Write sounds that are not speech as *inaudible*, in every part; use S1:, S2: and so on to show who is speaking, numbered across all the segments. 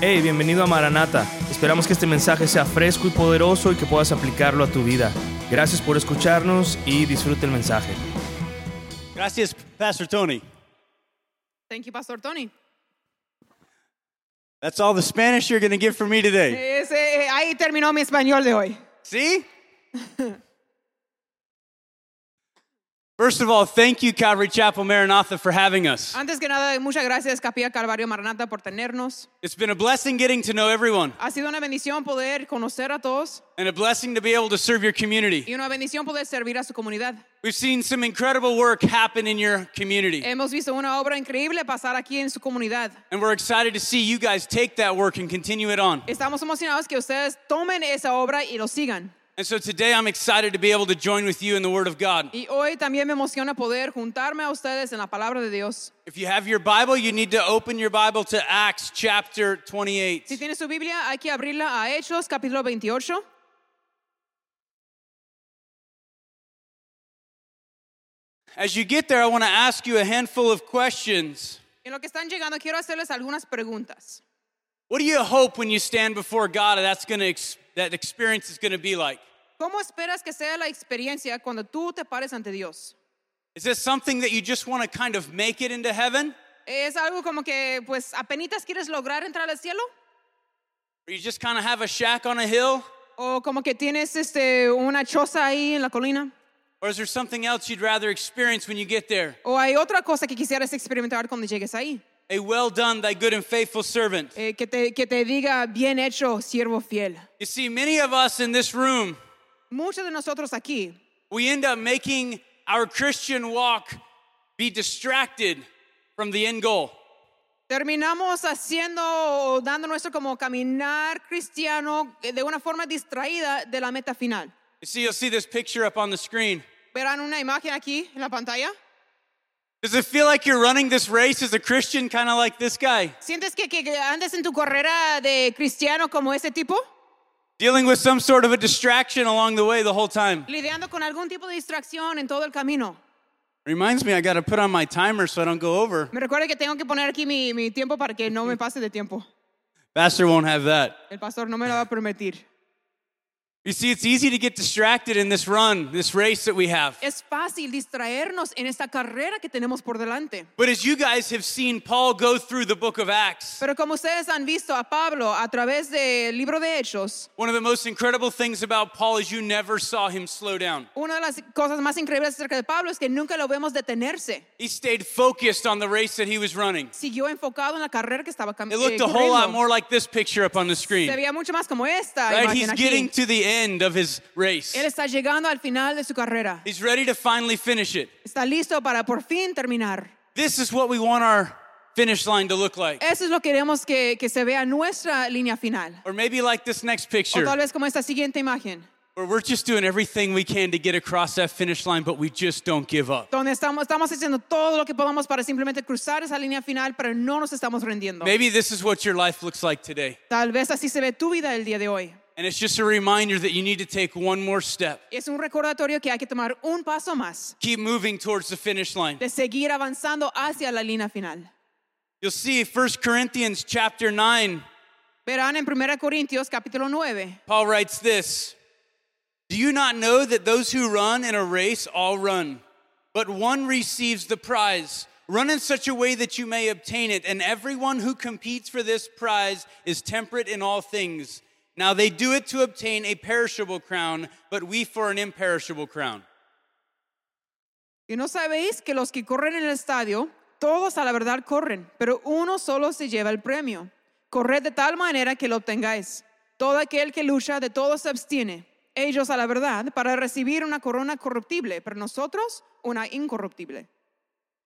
S1: Hey, bienvenido a Maranata. Esperamos que este mensaje sea fresco y poderoso y que puedas aplicarlo a tu vida. Gracias por escucharnos y disfrute el mensaje.
S2: Gracias, Pastor Tony.
S3: Thank you, Pastor Tony.
S2: That's all the Spanish you're going to get from me today.
S3: Ese- eh, ahí terminó mi español de hoy.
S2: See? First of all, thank you, Calvary Chapel Maranatha, for having us.
S3: Antes que nada, muchas gracias Capilla Calvario Maranata por tenernos.
S2: It's been a blessing getting to know everyone
S3: Ha sido una bendición poder conocer a todos
S2: and a blessing to be able to serve your community.
S3: y una bendición poder servir a su comunidad.
S2: We've seen some incredible work happen in your community,
S3: Hemos visto una obra increíble pasar aquí en su comunidad.
S2: and we're excited to see you guys take that work and continue it on.
S3: Estamos emocionados que ustedes tomen esa obra y lo sigan.
S2: And so today I'm excited to be able to join with you in the Word of God.
S3: Y hoy también me emociona poder juntarme a ustedes en la palabra de Dios.
S2: If you have your Bible, you need to open your Bible to Acts chapter
S3: Si
S2: 28.
S3: tiene su Biblia, hay que abrirla a Hechos capítulo 28.
S2: As you get there, I want to ask you a handful of questions.
S3: En lo que están llegando, quiero hacerles algunas preguntas.
S2: What do you hope when you stand before God that's going to ex- that experience is going to be like?
S3: ¿Cómo esperas que sea la experiencia cuando tú te pares ante Dios?
S2: Is this something that you just want to kind of make it into heaven?
S3: ¿Es algo como que, pues, apenitas quieres lograr entrar al cielo?
S2: Or you just kind of have a shack on a hill?
S3: ¿O como que tienes este, una choza ahí en la colina?
S2: Or is there something else you'd rather experience when you get there?
S3: ¿O hay otra cosa que quisieras experimentar cuando llegues ahí?
S2: A well done, thy good and faithful servant.
S3: Eh, que, te, que te diga, bien hecho, siervo fiel.
S2: You see, many of us in this room,
S3: Muchos de nosotros aquí
S2: we end up making our Christian walk be distracted from the end goal.
S3: terminamos haciendo o dando nuestro como caminar cristiano eh, de una forma distraída de la meta final.
S2: You see, you'll see this picture up on the screen.
S3: Verán una imagen aquí en la pantalla.
S2: Does it feel like you're running this race as a Christian, kind of like this guy,
S3: ¿Sientes que, que- que andas en tu carrera de cristiano como ese tipo?
S2: dealing with some sort of a distraction along the way the whole time?
S3: Lidiando con algún tipo de distracción en todo el camino.
S2: Reminds me, I got to put on my timer so I don't go over.
S3: Me recuerda que tengo que poner aquí mi, mi tiempo para que no me pase de tiempo.
S2: Pastor won't have that.
S3: El pastor no me lo va a permitir.
S2: You see, it's easy to get distracted in this run, this race that we have.
S3: Es fácil distraernos en esta carrera que tenemos por delante.
S2: But as you guys have seen Paul go through the book of Acts,
S3: Pero como ustedes han visto a Pablo a través del libro de Hechos,
S2: one of the most incredible things about Paul is you never saw him slow down.
S3: una de las cosas más increíbles acerca de Pablo es que nunca lo vemos detenerse.
S2: He stayed focused on the race that he was running.
S3: Siguió enfocado en la carrera que estaba
S2: It
S3: caminando.
S2: looked a whole lot more like this picture up on the screen.
S3: Se veía mucho más como esta.
S2: Right?
S3: imagen
S2: He's
S3: aquí.
S2: getting to the end of his race.
S3: Él está llegando al final de su carrera.
S2: He's ready to finally finish it.
S3: Está listo para por fin terminar.
S2: This is what we want our finish line to look like.
S3: Eso es lo que queremos que, que se vea nuestra línea final.
S2: Or maybe like this next
S3: O tal
S2: picture,
S3: vez como esta siguiente imagen,
S2: where we're just doing everything we can to get across that finish line, but we just don't give up.
S3: donde estamos, estamos haciendo todo lo que podamos para simplemente cruzar esa línea final, pero no nos estamos rendiendo.
S2: Maybe this is what your life looks like today.
S3: Tal vez así se ve tu vida el día de hoy.
S2: And it's just a reminder that you need to take one more step.
S3: Es un recordatorio que hay que tomar un paso más,
S2: Keep moving towards the finish line.
S3: de seguir avanzando hacia la línea final.
S2: You'll see 1 Corinthians chapter 9
S3: Verán en 1 Corintios capítulo 9.
S2: Paul writes this Do you not know that those who run in a race all run, but one receives the prize? Run in such a way that you may obtain it, and everyone who competes for this prize is temperate in all things. Now they do it to obtain a perishable crown, but we for an imperishable crown.
S3: Y no sabéis que los que corren en el estadio, todos a la verdad corren, pero uno solo se lleva el premio. Corred de tal manera que lo obtengáis. Todo aquel que lucha de todo se abstiene. Ellos a la verdad para recibir una corona corruptible, pero nosotros una incorruptible.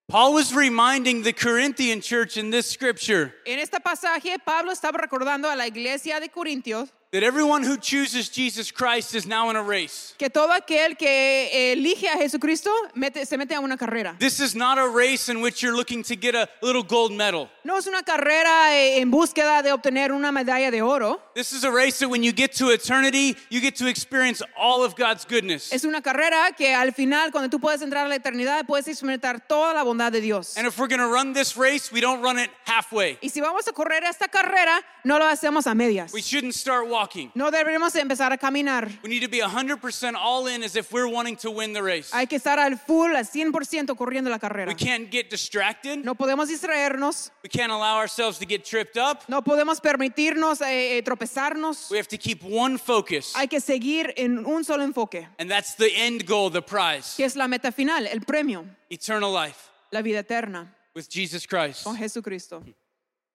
S2: Paul was reminding the Corinthian church in this scripture
S3: En este pasaje, Pablo estaba recordando a la iglesia de Corintios
S2: that everyone who chooses Jesus Christ is now in a race.
S3: que todo aquel que eh, elige a Jesucristo mete- se mete a una carrera.
S2: This is not a race in which you're looking to get a little gold medal.
S3: No es una carrera eh, en búsqueda de obtener una medalla de oro.
S2: This is a race that when you get to eternity, you get to experience all of God's goodness.
S3: Es una carrera que al final, cuando tú puedes entrar a la eternidad, puedes experimentar toda la bondad de Dios.
S2: And if we're going to run this race, we don't run it halfway.
S3: Y si vamos a correr esta carrera, no lo hacemos a medias.
S2: We shouldn't start walking.
S3: No deberíamos empezar a caminar.
S2: We need to be 100% all in as if we're wanting to win the race.
S3: Hay que estar al full, al 100% corriendo la carrera.
S2: We can't get distracted.
S3: No podemos distraernos,
S2: We can't allow ourselves to get tripped up.
S3: no podemos permitirnos eh, eh, tropezarnos.
S2: We have to keep one focus,
S3: Hay que seguir en un solo enfoque,
S2: and that's the end goal, the prize
S3: que es la meta final, el premio,
S2: eternal life
S3: la vida eterna
S2: with Jesus Christ.
S3: con Jesucristo.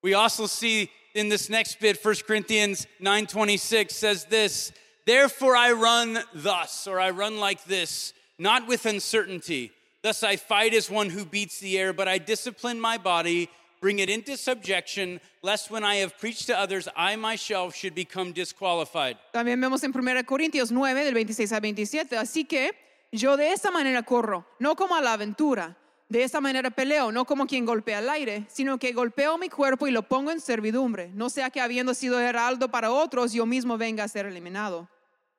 S2: We also see in this next bit 1 Corinthians 9:26 says this, "Therefore I run thus or I run like this, not with uncertainty. Thus I fight as one who beats the air, but I discipline my body, bring it into subjection, lest when I have preached to others I myself should become disqualified."
S3: También vemos en 1 Corintios 9, del 26 al 27. Así que yo de esta manera corro, no como a la aventura. De esta manera peleo, no como quien golpea al aire, sino que golpeo mi cuerpo y lo pongo en servidumbre, no sea que habiendo sido heraldo para otros, yo mismo venga a ser eliminado.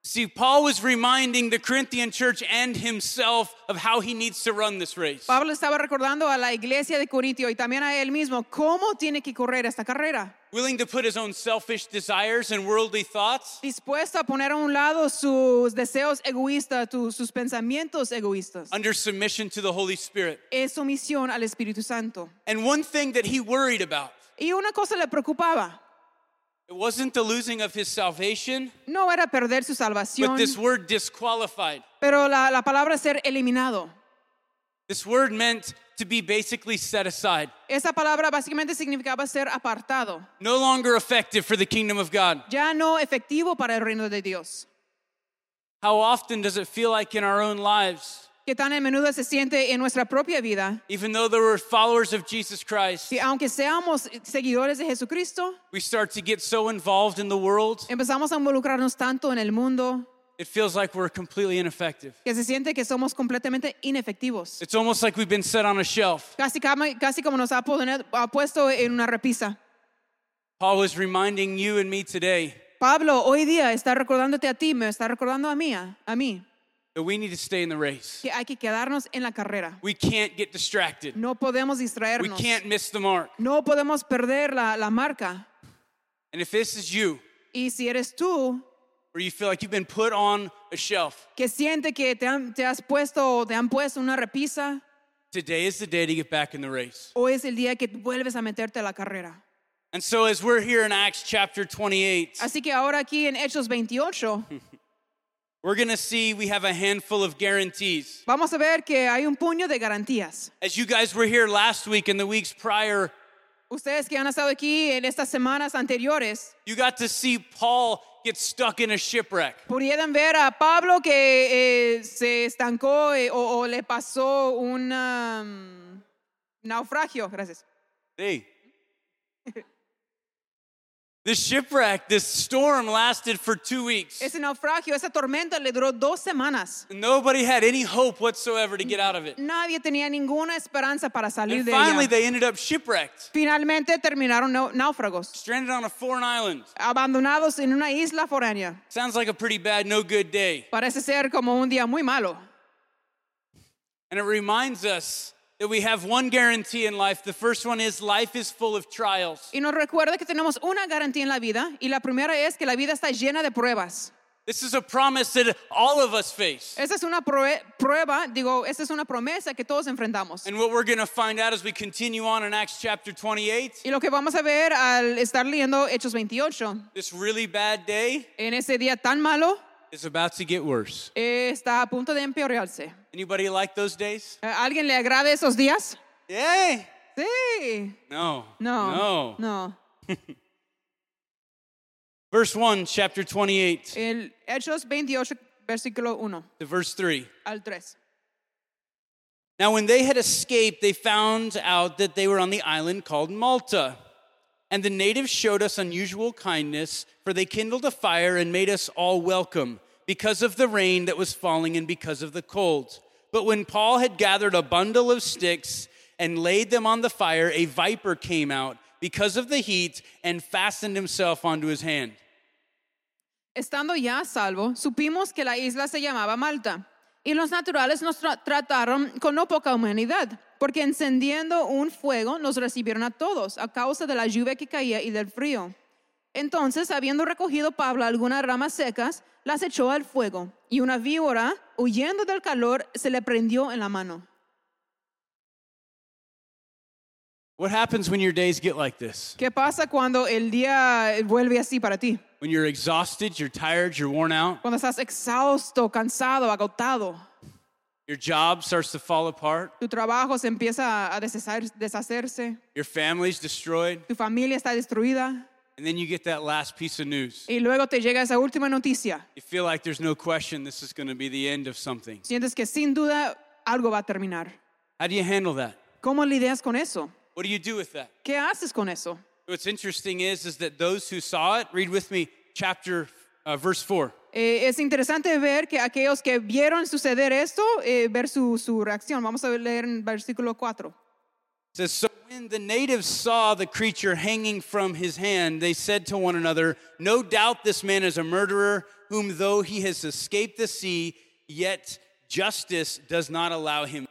S2: See, Paul was reminding the Corinthian church and himself of how he needs to run this race.
S3: Pablo estaba recordando a la iglesia de Corintio y también a él mismo cómo tiene que correr esta carrera.
S2: Willing to put his own selfish desires and worldly thoughts
S3: Dispuesto a poner a un lado sus deseos egoístas, tu- sus pensamientos egoístas.
S2: under submission to the Holy Spirit.
S3: Es sumisión al Espíritu Santo.
S2: And one thing that he worried about,
S3: Y una cosa le preocupaba,
S2: it wasn't the losing of his salvation,
S3: no era perder su
S2: but
S3: salvación,
S2: this word disqualified.
S3: pero la, la palabra ser eliminado.
S2: This word meant to be basically set aside,
S3: Esa palabra básicamente significaba ser apartado,
S2: no longer effective for the kingdom of God.
S3: ya no efectivo para el reino de Dios.
S2: How often does it feel like in our own lives,
S3: Que tan a menudo se siente en nuestra propia vida,
S2: even though there were followers of Jesus Christ,
S3: que aunque seamos seguidores de Jesucristo,
S2: we start to get so involved in the world,
S3: empezamos a involucrarnos tanto en el mundo
S2: it feels like we're completely ineffective.
S3: que se siente que somos completamente inefectivos.
S2: It's almost like we've been set on a shelf.
S3: Casi, cama- casi como nos ha, pone- ha puesto en una repisa.
S2: Paul was reminding you and me today
S3: Pablo, hoy día está recordándote a ti, me está recordando a mí, a a mí.
S2: that we need to stay in the race.
S3: que hay que quedarnos en la carrera.
S2: We can't get distracted.
S3: No podemos
S2: We
S3: distraernos.
S2: can't miss the mark.
S3: No podemos perder la, la marca.
S2: And if this is you,
S3: Y si eres tú
S2: or you feel like you've been put on a shelf,
S3: que siente que te, han- te has puesto o te han puesto una repisa,
S2: today is the day to get back in the race.
S3: hoy es el día que vuelves a meterte a la carrera.
S2: And so, as we're here in Acts chapter 28,
S3: Así que ahora aquí en Hechos
S2: *laughs*
S3: 28
S2: we're gonna see we have a handful of guarantees.
S3: vamos a ver que hay un puño de garantías.
S2: As you guys were here last week and the weeks prior,
S3: Ustedes que han estado aquí en estas semanas anteriores
S2: you got to see Paul get stuck in a shipwreck.
S3: pudieran ver a Pablo que eh, se estancó eh, o, o le pasó un naufragio. Gracias.
S2: Hey. *laughs* This shipwreck, this storm lasted for two weeks.
S3: Ese naufragio, esa tormenta le duró dos semanas.
S2: Nobody had any hope whatsoever to get out of it.
S3: Nadie tenía ninguna esperanza para salir
S2: And
S3: de
S2: finally,
S3: ella.
S2: they ended up shipwrecked,
S3: Finalmente terminaron nau- náufragos,
S2: stranded on a foreign island.
S3: abandonados en una isla foránea.
S2: Sounds like a pretty bad, no good day.
S3: Parece ser como un día muy malo.
S2: And it reminds us that we have one guarantee in life. The first one is life is full of trials.
S3: Y nos recuerda que tenemos una garantía en la vida y la primera es que la vida está llena de pruebas.
S2: This is a promise that all of us face.
S3: Esa es una prue- prueba, digo, esa es una promesa que todos enfrentamos.
S2: And what we're going to find out as we continue on in Acts chapter 28,
S3: Y lo que vamos a ver al estar leyendo Hechos 28,
S2: this really bad day
S3: en ese día tan malo,
S2: is about to get worse.
S3: eh, está a punto de empeorarse.
S2: Anybody like those days?
S3: ¿A alguien le agrade esos días?
S2: Yay!
S3: Sí.
S2: No.
S3: No.
S2: No. Verse 1, chapter 28
S3: El Hechos 28, versículo 1
S2: to verse 3.
S3: al 3.
S2: Now, when they had escaped, they found out that they were on the island called Malta. And the natives showed us unusual kindness, for they kindled a fire and made us all welcome because of the rain that was falling and because of the cold. But when Paul had gathered a bundle of sticks and laid them on the fire, a viper came out because of the heat and fastened himself onto his hand.
S3: Estando ya a salvo, supimos que la isla se llamaba Malta y los naturales nos tra- trataron con no poca humanidad, porque encendiendo un fuego nos recibieron a todos a causa de la lluvia que caía y del frío. Entonces, habiendo recogido Pablo algunas ramas secas, las echó al fuego y una víbora, huyendo del calor, se le prendió en la mano.
S2: What happens when your days get like this?
S3: ¿Qué pasa cuando el día vuelve así para ti?
S2: When you're exhausted, you're tired, you're worn out,
S3: Cuando estás exhausto, cansado, agotado,
S2: your job starts to fall apart,
S3: tu trabajo se empieza a deshacer- deshacerse,
S2: your family's destroyed,
S3: tu familia está destruida
S2: and then you get that last piece of news.
S3: y luego te llega esa última noticia.
S2: You feel like there's no question this is going to be the end of something.
S3: Sientes que sin duda algo va a terminar.
S2: How do you handle that?
S3: ¿Cómo lidias con eso?
S2: What do you do with that?
S3: ¿Qué haces con eso?
S2: What's interesting is is that those who saw it, read with me chapter uh, verse 4.
S3: Eh, es interesante ver que aquellos que vieron suceder esto, eh, ver su, su reacción. Vamos a leer en versículo 4.
S2: It says so when the natives saw the creature hanging from his hand, they said to one another, "No doubt this man is a murderer, whom though he has escaped the sea, yet justice does not allow him."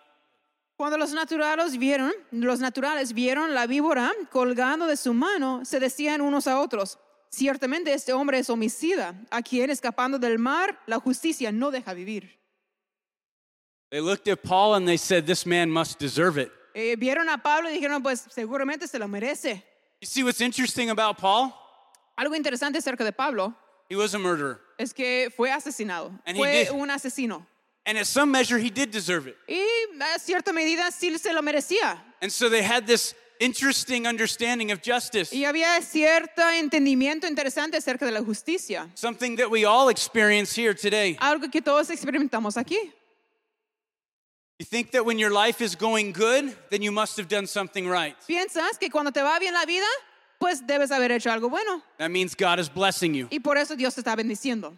S3: Cuando los naturales vieron, los naturales vieron la víbora colgando de su mano, se decían unos a otros, ciertamente este hombre es homicida, a quien escapando del mar la justicia no deja vivir.
S2: They looked at Paul and they said, "This man must deserve it."
S3: Eh, vieron a Pablo y dijeron, pues seguramente se lo merece.
S2: You see what's interesting about Paul?
S3: Algo interesante acerca de Pablo
S2: He was a murderer.
S3: es que fue asesinado,
S2: And he
S3: fue
S2: did.
S3: un asesino.
S2: And at some measure, he did deserve it.
S3: Y a cierta medida sí se lo merecía.
S2: And so they had this interesting understanding of justice,
S3: Y había cierto entendimiento interesante acerca de la justicia,
S2: something that we all experience here today.
S3: algo que todos experimentamos aquí.
S2: You think that when your life is going good, then you must have done something right.
S3: piensas que cuando te va bien la vida, pues debes haber hecho algo bueno.
S2: That means God is blessing you.
S3: Y por eso Dios te está bendiciendo.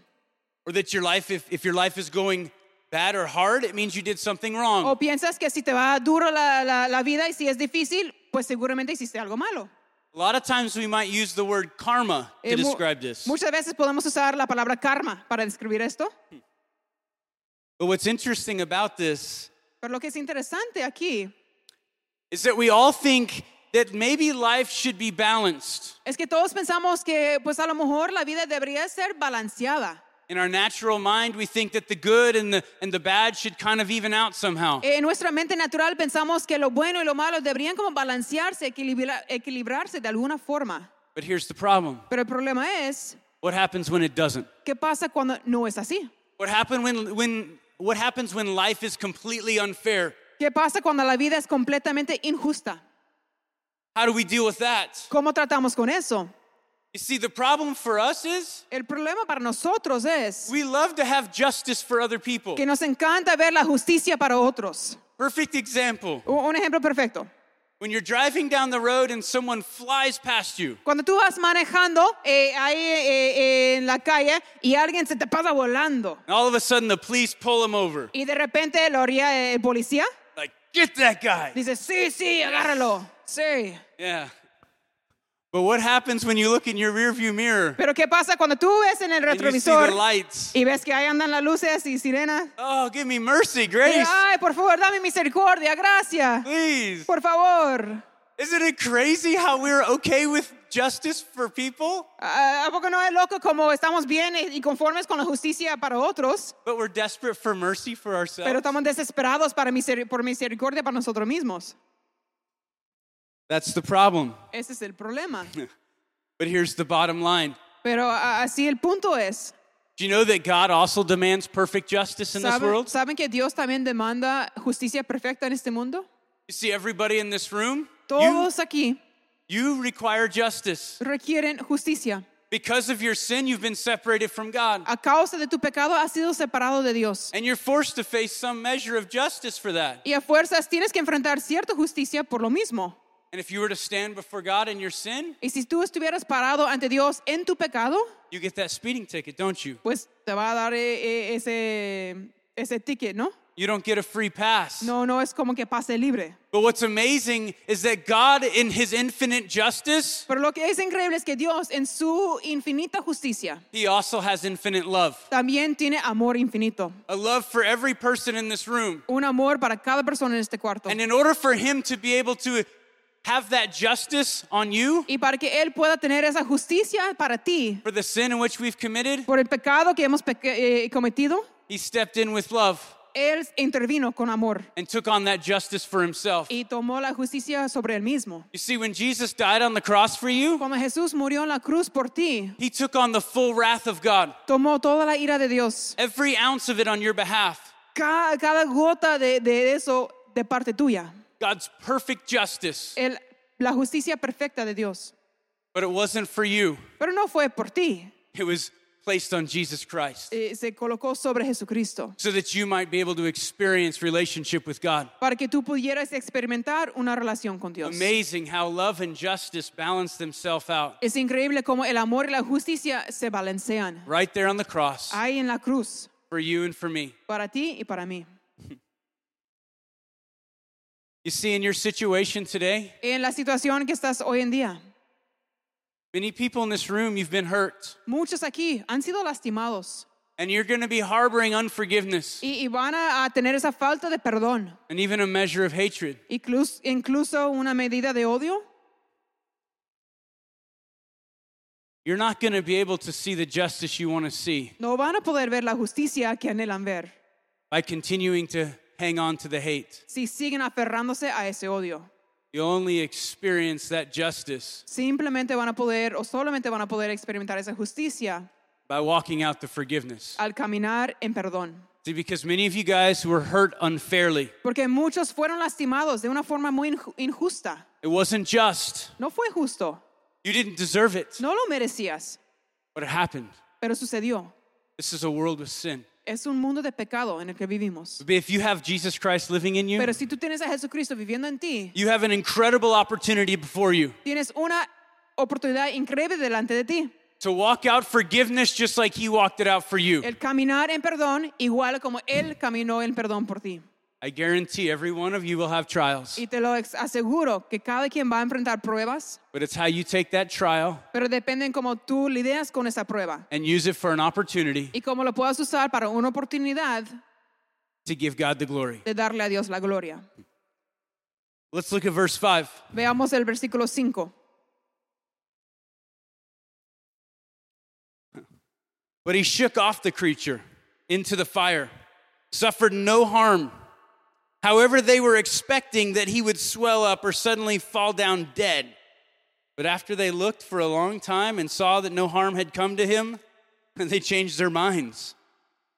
S2: Or that your life, if, if your life is going bad or hard, it means you did something wrong.
S3: O piensas que si te va duro la, la- la vida y si es difícil, pues seguramente hiciste algo malo.
S2: A lot of times we might use the word karma to
S3: Eh, mu-
S2: describe this.
S3: Muchas veces podemos usar la palabra karma para describir esto.
S2: But what's interesting about this
S3: Pero lo que es interesante aquí
S2: is that we all think that maybe life should be balanced.
S3: es que todos pensamos que pues a lo mejor la vida debería ser balanceada.
S2: In our natural mind, we think that the good and the, and the bad should kind of even out somehow.
S3: Eh, En nuestra mente natural pensamos que lo bueno y lo malo deberían como balancearse, equilibra- equilibrarse de alguna forma.
S2: But here's the problem
S3: Pero el problema es
S2: what happens when it doesn't?
S3: ¿Qué pasa cuando no es así?
S2: What, happen when, when, what happens when life is completely unfair?
S3: ¿Qué pasa cuando la vida es completamente injusta?
S2: How do we deal with that?
S3: ¿Cómo tratamos con eso?
S2: You see, the problem for us is
S3: El problema para nosotros es
S2: we love to have justice for other people.
S3: que nos encanta ver la justicia para otros.
S2: Perfect example.
S3: U- Un ejemplo perfecto.
S2: When you're driving down the road and someone flies past you,
S3: Cuando tú vas manejando eh, ahí eh, eh, en la calle y alguien se te pasa volando
S2: and all of a sudden the police pull him over.
S3: y de repente lo haría el policía,
S2: Like, get that guy.
S3: dice, sí, sí, agárralo. Sí.
S2: Yeah. But what happens when you look in your rearview mirror
S3: Pero ¿qué pasa cuando tú ves en el
S2: and you see the
S3: retrovisor
S2: lights?
S3: y ves que ahí andan las luces y sirenas?
S2: Oh, give me mercy,
S3: Y,
S2: grace,
S3: Ay, por favor, dame misericordia, gracias.
S2: please.
S3: Por favor.
S2: Isn't it crazy how we're okay with justice for people,
S3: ¿A a poco no es loco como estamos bien y conformes con la justicia para otros,
S2: but we're desperate for mercy for
S3: pero
S2: ourselves?
S3: estamos desesperados para miseri- por misericordia para nosotros mismos?
S2: That's the problem.
S3: Ese es el
S2: *laughs*
S3: problema.
S2: But here's the bottom line.
S3: Pero a- así el punto es,
S2: Do you know that God also demands perfect justice in this
S3: ¿saben,
S2: world?
S3: ¿saben que Dios también demanda justicia perfecta en este mundo?
S2: You see, everybody in this room, you,
S3: Todos aquí
S2: you require justice.
S3: requieren justicia.
S2: Because of your sin, you've been separated from God.
S3: A causa de tu pecado has sido separado de Dios.
S2: And you're forced to face some measure of justice for that.
S3: Y a fuerzas tienes que enfrentar cierta justicia por lo mismo.
S2: And if you were to stand before God in your sin,
S3: Y si tú estuvieras parado ante Dios en tu pecado,
S2: you get that speeding ticket, don't you?
S3: pues te va a dar eh, eh, ese, ese ticket, ¿no?
S2: You don't get a free pass.
S3: No, no es como que pase libre.
S2: But what's amazing is that God, in His infinite justice,
S3: Pero lo que es increíble es que Dios en su infinita justicia
S2: He also has infinite love.
S3: también tiene amor infinito.
S2: A love for every person in this room.
S3: Un amor para cada persona en este cuarto.
S2: And in order for Him to be able to have that justice on you
S3: Y para que Él pueda tener esa justicia para ti,
S2: for the sin in which we've committed,
S3: por el pecado que hemos peque- eh, cometido,
S2: He stepped in with love
S3: Él intervino con amor
S2: and took on that justice for Himself.
S3: y tomó la justicia sobre Él mismo.
S2: You see, when Jesus died on the cross for you,
S3: Cuando Jesús murió en la cruz por ti,
S2: He took on the full wrath of God,
S3: tomó toda la ira de Dios,
S2: every ounce of it on your behalf.
S3: ca- cada, gota de, de eso de parte tuya,
S2: God's perfect justice.
S3: El- la justicia perfecta de Dios.
S2: But it wasn't for you,
S3: Pero no fue por ti,
S2: it was placed on Jesus Christ.
S3: eh, se colocó sobre Jesucristo
S2: so that you might be able to experience relationship with God.
S3: para que tú pudieras experimentar una relación con Dios.
S2: Amazing how love and justice balance themselves out
S3: Es increíble cómo el amor y la justicia se balancean.
S2: right there on the cross
S3: Hay en la cruz
S2: for you and for me.
S3: para ti y para mí.
S2: You see, in your situation today,
S3: En la situación que estás hoy en día,
S2: many people in this room, you've been hurt
S3: muchos aquí han sido lastimados
S2: and you're going to be harboring unforgiveness
S3: y, y van a, a tener esa falta de perdón,
S2: and even a measure of hatred.
S3: incluso, incluso una medida de odio.
S2: You're not going to be able to see the justice you want to see
S3: No van a poder ver la justicia que anhelan ver
S2: by continuing to hang on to the hate.
S3: si siguen aferrándose a ese odio.
S2: You'll only experience that justice
S3: Simplemente van a poder o solamente van a poder experimentar esa justicia
S2: by walking out the forgiveness.
S3: al caminar en perdón.
S2: See, because many of you guys who were hurt unfairly.
S3: Porque muchos fueron lastimados de una forma muy inju- injusta.
S2: It wasn't just.
S3: No fue justo,
S2: You didn't deserve it,
S3: no lo merecías,
S2: but it happened.
S3: pero sucedió.
S2: This is a world with sin.
S3: Es un mundo de pecado en el que vivimos.
S2: But if you have Jesus Christ living in you,
S3: Pero si tú tienes a Jesucristo viviendo en ti,
S2: you have an incredible opportunity before you
S3: tienes una oportunidad increíble delante de ti.
S2: to walk out forgiveness just like He walked it out for you.
S3: El caminar en perdón igual como Él caminó en perdón por ti.
S2: I guarantee every one of you will have trials,
S3: Y te lo ex- aseguro que cada quien va a enfrentar pruebas,
S2: but it's how you take that trial
S3: pero depende en cómo tú lidias con esa prueba
S2: and use it for an opportunity
S3: y cómo lo puedas usar para una oportunidad
S2: to give God the glory.
S3: de darle a Dios la gloria.
S2: Let's look at verse 5.
S3: Veamos el versículo 5.
S2: But he shook off the creature into the fire, suffered no harm. However, they were expecting that he would swell up or suddenly fall down dead. But after they looked for a long time and saw that no harm had come to him, *laughs* they changed their minds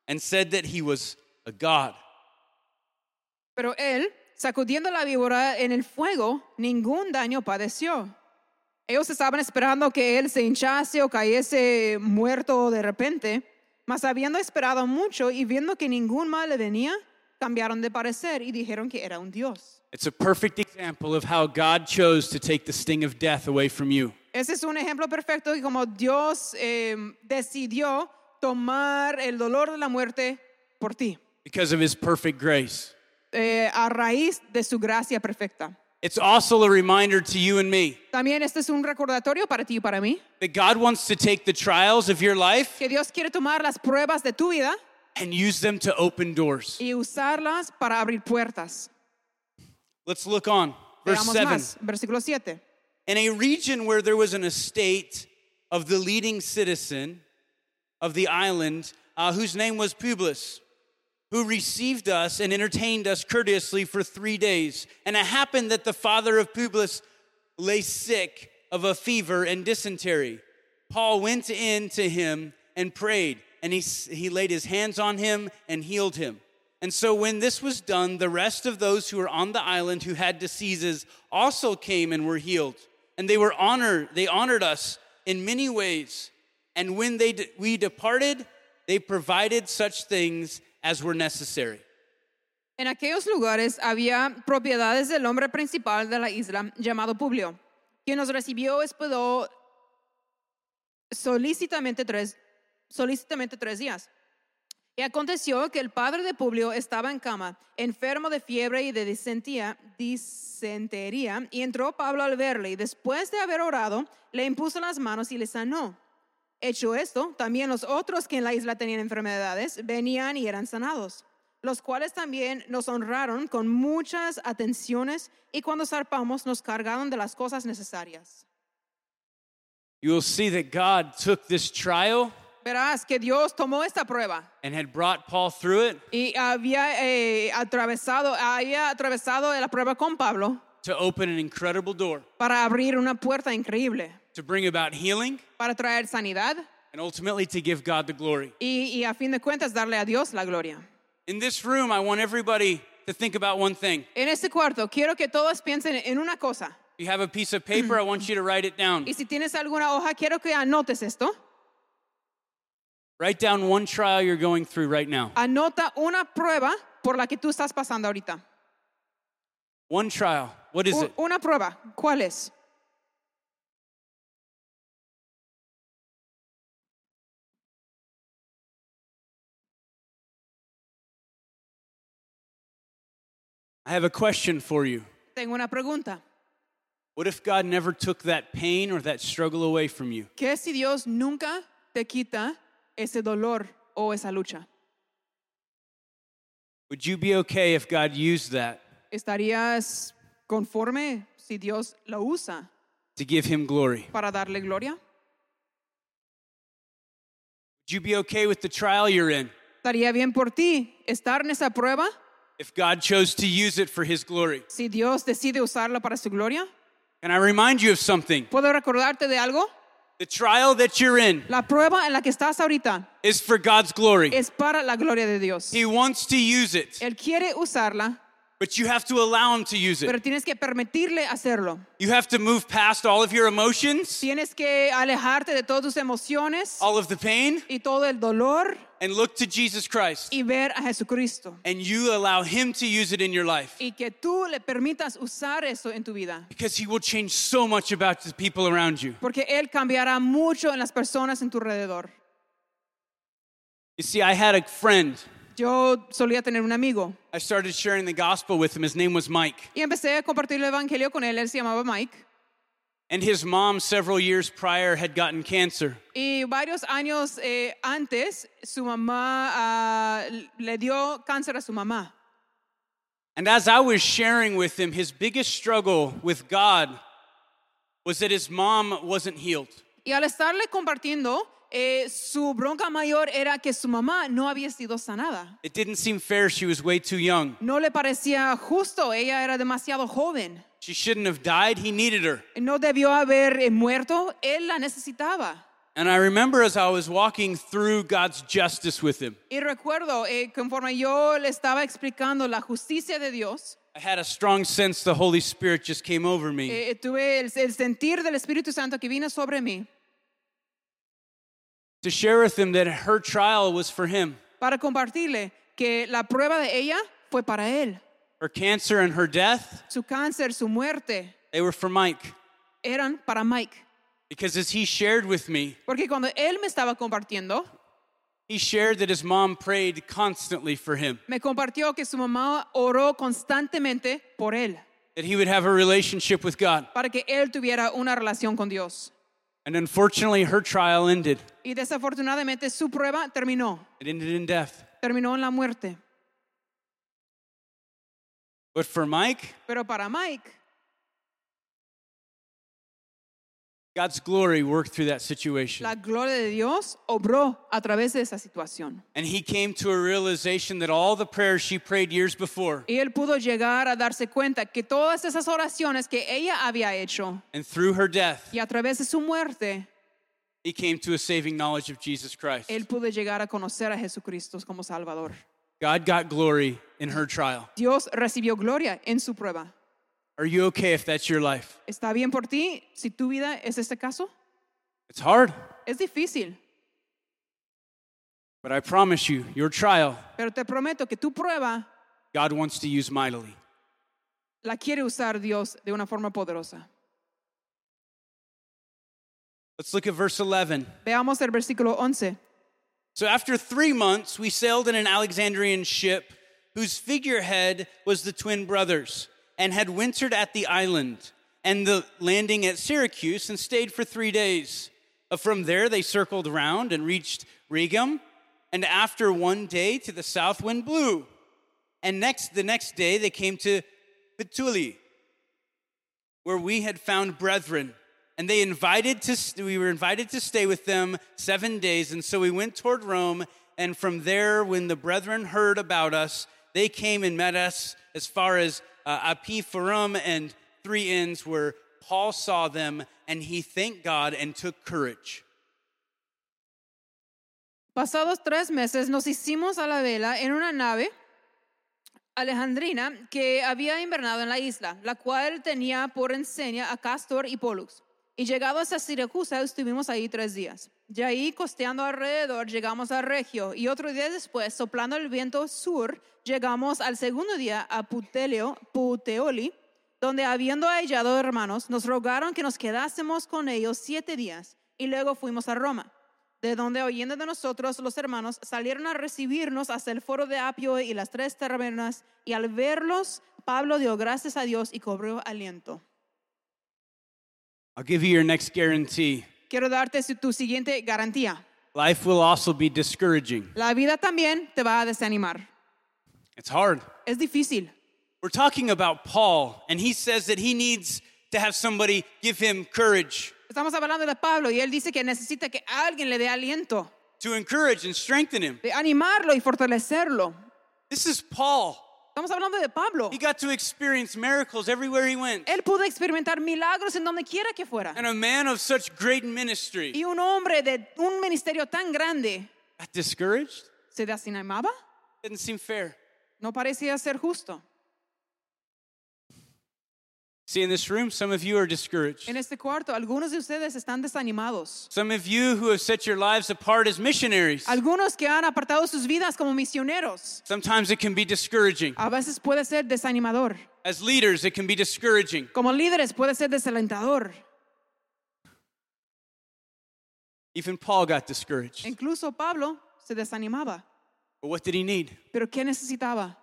S2: and said that he was a god.
S3: Pero él, sacudiendo la víbora en el fuego, ningún daño padeció. Ellos estaban esperando que él se hinchase o cayese muerto de repente, mas habiendo esperado mucho y viendo que ningún mal le venía, cambiaron de parecer y dijeron que era un dios.
S2: It's a perfect example of how God chose to take the sting of death away from you.
S3: Ese es un ejemplo perfecto de cómo Dios eh, decidió tomar el dolor de la muerte por ti,
S2: Because of his perfect grace.
S3: eh, a raíz de su gracia perfecta.
S2: It's also a reminder to you and me
S3: También este es un recordatorio para ti y para mí.
S2: that God wants to take the trials of your life
S3: que Dios quiere tomar las pruebas de tu vida
S2: and use them to open doors.
S3: y usarlas para abrir puertas.
S2: Let's look on. Verse
S3: Veamos
S2: 7.
S3: más, versículo 7.
S2: In a region where there was an estate of the leading citizen of the island, uh, whose name was Publius, who received us and entertained us courteously for three days. And it happened that the father of Publius lay sick of a fever and dysentery. Paul went in to him and prayed, and he, s- he laid his hands on him and healed him. And so when this was done, the rest of those who were on the island who had diseases also came and were healed. And they were honored, they honored us in many ways. And when they de- we departed, they provided such things as were necessary.
S3: En aquellos lugares había propiedades del hombre principal de la isla, llamado Publio, quien nos recibió y hospedó solícitamente tres, solícitamente tres días. Y aconteció que el padre de Publio estaba en cama, enfermo de fiebre y de disentía, disentería, y entró Pablo al verle, y después de haber orado, le impuso las manos y le sanó. Hecho esto, también los otros que en la isla tenían enfermedades venían y eran sanados, los cuales también nos honraron con muchas atenciones, y cuando zarpamos nos cargaron de las cosas necesarias.
S2: You will see that God took this trial
S3: Verás que Dios tomó esta prueba.
S2: and had brought Paul through it
S3: y había eh, atravesado, había atravesado la prueba con Pablo
S2: to open an incredible door,
S3: para abrir una puerta increíble,
S2: to bring about healing,
S3: para traer sanidad
S2: and ultimately to give God the glory.
S3: y, y a fin de cuentas darle a Dios la gloria.
S2: In this room, I want everybody to think about one thing.
S3: En este cuarto quiero que todos piensen en una cosa.
S2: If you have a piece of paper, I want you to write it down.
S3: Y si tienes alguna hoja, quiero que anotes esto.
S2: Write down one trial you're going through right now.
S3: Anota una prueba por la que tú estás pasando ahorita.
S2: One trial. What is
S3: U-
S2: it?
S3: una prueba. ¿Cuál es?
S2: I have a question for you.
S3: Tengo una pregunta.
S2: What if God never took that pain or that struggle away from you?
S3: ¿Qué si Dios nunca te quita ese dolor o esa lucha?
S2: Would you be okay if God used that
S3: ¿Estarías conforme si Dios lo usa
S2: to give him glory?
S3: para darle gloria?
S2: Would you be okay with the trial you're in
S3: ¿Estaría bien por ti estar en esa prueba
S2: if God chose to use it for his glory?
S3: si Dios decide usarla para su gloria?
S2: And I remind you of something.
S3: ¿Puedo recordarte de algo?
S2: The trial that you're in
S3: La prueba en la que estás ahorita
S2: is for God's glory.
S3: es para la gloria de Dios.
S2: He wants to use it,
S3: Él quiere usarla,
S2: but you have to allow him to use
S3: pero
S2: it.
S3: tienes que permitirle hacerlo.
S2: You have to move past all of your emotions,
S3: Tienes que alejarte de todas tus emociones
S2: all of the pain,
S3: y todo el dolor
S2: and look to Jesus Christ.
S3: y ver a Jesucristo.
S2: And you allow him to use it in your life
S3: Y que tú le permitas usar eso en tu vida.
S2: because he will change so much about the people around you.
S3: porque Él cambiará mucho en las personas en tu alrededor.
S2: You see, I had a friend.
S3: Yo solía tener un amigo
S2: I started sharing the gospel with him. His name was Mike.
S3: y empecé a compartir el Evangelio con él, él se llamaba Mike,
S2: And his mom, several years prior, had gotten cancer.
S3: y varios años eh, antes su mamá ah, le dio cáncer a su mamá.
S2: And as I was sharing with him, his biggest struggle with God was that his mom wasn't healed.
S3: Y al estarle compartiendo, eh, su bronca mayor era que su mamá no había sido sanada.
S2: It didn't seem fair. She was way too young.
S3: No le parecía justo, ella era demasiado joven.
S2: She shouldn't have died. He needed her.
S3: No debió haber eh, muerto, él la necesitaba.
S2: And I remember as I was walking through God's justice with him,
S3: Y recuerdo, eh, conforme yo le estaba explicando la justicia de Dios,
S2: I had a strong sense the Holy Spirit just came over me.
S3: eh, tuve el, el sentir del Espíritu Santo que vino sobre mí
S2: To share with him that her trial was for him.
S3: para compartirle que la prueba de ella fue para él.
S2: Her cancer and her death,
S3: Su cáncer, su muerte,
S2: they were for Mike.
S3: eran para Mike.
S2: Because as he shared with me,
S3: Porque cuando él me estaba compartiendo,
S2: he shared that his mom prayed constantly for him,
S3: me compartió que su mamá oró constantemente por él,
S2: that he would have a relationship with God.
S3: para que él tuviera una relación con Dios.
S2: And unfortunately, her trial ended.
S3: Y desafortunadamente su prueba terminó,
S2: It ended in death.
S3: terminó en la muerte.
S2: But for Mike,
S3: Pero para Mike,
S2: God's glory worked through that situation.
S3: La gloria de Dios obró a través de esa situación.
S2: And he came to a realization that all the prayers she prayed years before
S3: Y él pudo llegar a darse cuenta que todas esas oraciones que ella había hecho
S2: and through her death,
S3: y a través de su muerte,
S2: he came to a saving knowledge of Jesus Christ.
S3: él pudo llegar a conocer a Jesucristo como Salvador.
S2: God got glory in her trial.
S3: Dios recibió gloria en su prueba.
S2: Are you okay if that's your life?
S3: ¿Está bien por ti si tu vida es este caso?
S2: It's hard,
S3: Es difícil,
S2: but I promise you, your trial,
S3: pero te prometo que tu prueba
S2: God wants to use mightily.
S3: la quiere usar Dios de una forma poderosa.
S2: Let's look at verse 11.
S3: Veamos el versículo 11.
S2: So after three months, we sailed in an Alexandrian ship whose figurehead was the twin brothers and had wintered at the island and the landing at Syracuse and stayed for three days. Uh, From there, they circled round and reached Regum. And after one day, to the south wind blew. And next, the next day, they came to Pituli, where we had found brethren and they invited to st- we were invited to stay with them seven days and so we went toward rome and from there when the brethren heard about us they came and met us as far as uh, apiforum and three inns where paul saw them and he thanked god and took courage
S3: Pasados tres meses nos hicimos a la vela en una nave alejandrina que había invernado en la isla, la cual tenía por enseña a Castor y Pollux. Y llegados a Siracusa estuvimos ahí tres días. Y ahí costeando alrededor llegamos a Regio y otro día después, soplando el viento sur, llegamos al segundo día a Putelio, Puteoli, donde habiendo hallado hermanos, nos rogaron que nos quedásemos con ellos siete días y luego fuimos a Roma de donde oyendo de nosotros los hermanos salieron a recibirnos hasta el foro de Apio y las tres tabernas, y al verlos Pablo dio gracias a Dios y cobró aliento.
S2: i'll give you your next guarantee
S3: Quiero darte su- tu siguiente garantía.
S2: life will also be discouraging
S3: La vida también te va a desanimar.
S2: it's hard
S3: Es difícil.
S2: we're talking about paul and he says that he needs to have somebody give him courage
S3: Estamos hablando de Pablo y él dice que necesita que alguien le dé aliento,
S2: to encourage and strengthen him
S3: de animarlo y fortalecerlo.
S2: this is paul
S3: Estamos hablando de Pablo.
S2: He got to experience miracles everywhere he went.
S3: Él pudo experimentar milagros en donde quiera que fuera.
S2: And a man of such great ministry
S3: Y un hombre de un ministerio tan grande
S2: got discouraged?
S3: se desanimaba.
S2: Didn't seem fair.
S3: No parecía ser justo.
S2: See, in this room, some of you are discouraged.
S3: En este cuarto, algunos de ustedes están desanimados.
S2: Some of you who have set your lives apart as missionaries.
S3: Algunos que han apartado sus vidas como misioneros.
S2: Sometimes it can be discouraging.
S3: A veces puede ser desanimador.
S2: As leaders, it can be discouraging.
S3: Como líderes puede ser desalentador.
S2: Even Paul got discouraged.
S3: Incluso Pablo se desanimaba.
S2: But what did he need?
S3: Pero ¿qué necesitaba?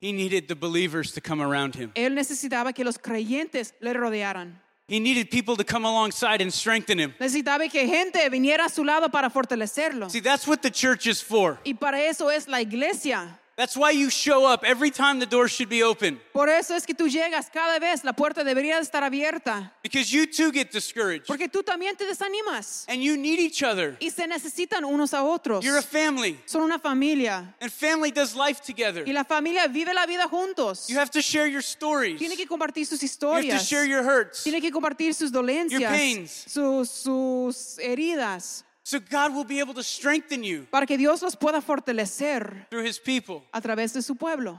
S2: He needed the believers to come around him.
S3: Él necesitaba que los creyentes le rodearan.
S2: He needed people to come alongside and strengthen him.
S3: Necesitaba que gente viniera a su lado para fortalecerlo.
S2: See, that's what the church is for.
S3: Y para eso es la iglesia.
S2: That's why you show up every time the door should be open.
S3: Por eso es que tú llegas cada vez, la puerta debería estar abierta.
S2: Because you too get discouraged.
S3: Porque tú también te desanimas.
S2: And you need each other.
S3: Y se necesitan unos a otros.
S2: You're a family,
S3: son una familia
S2: and family does life together.
S3: y la familia vive la vida juntos.
S2: You have to share your stories.
S3: Tiene
S2: You
S3: que compartir sus
S2: have to
S3: historias.
S2: share your hurts.
S3: Tiene que compartir sus dolencias,
S2: pains.
S3: sus, sus heridas,
S2: So God will be able to strengthen you
S3: para que Dios los pueda fortalecer
S2: through His people.
S3: a través de su pueblo.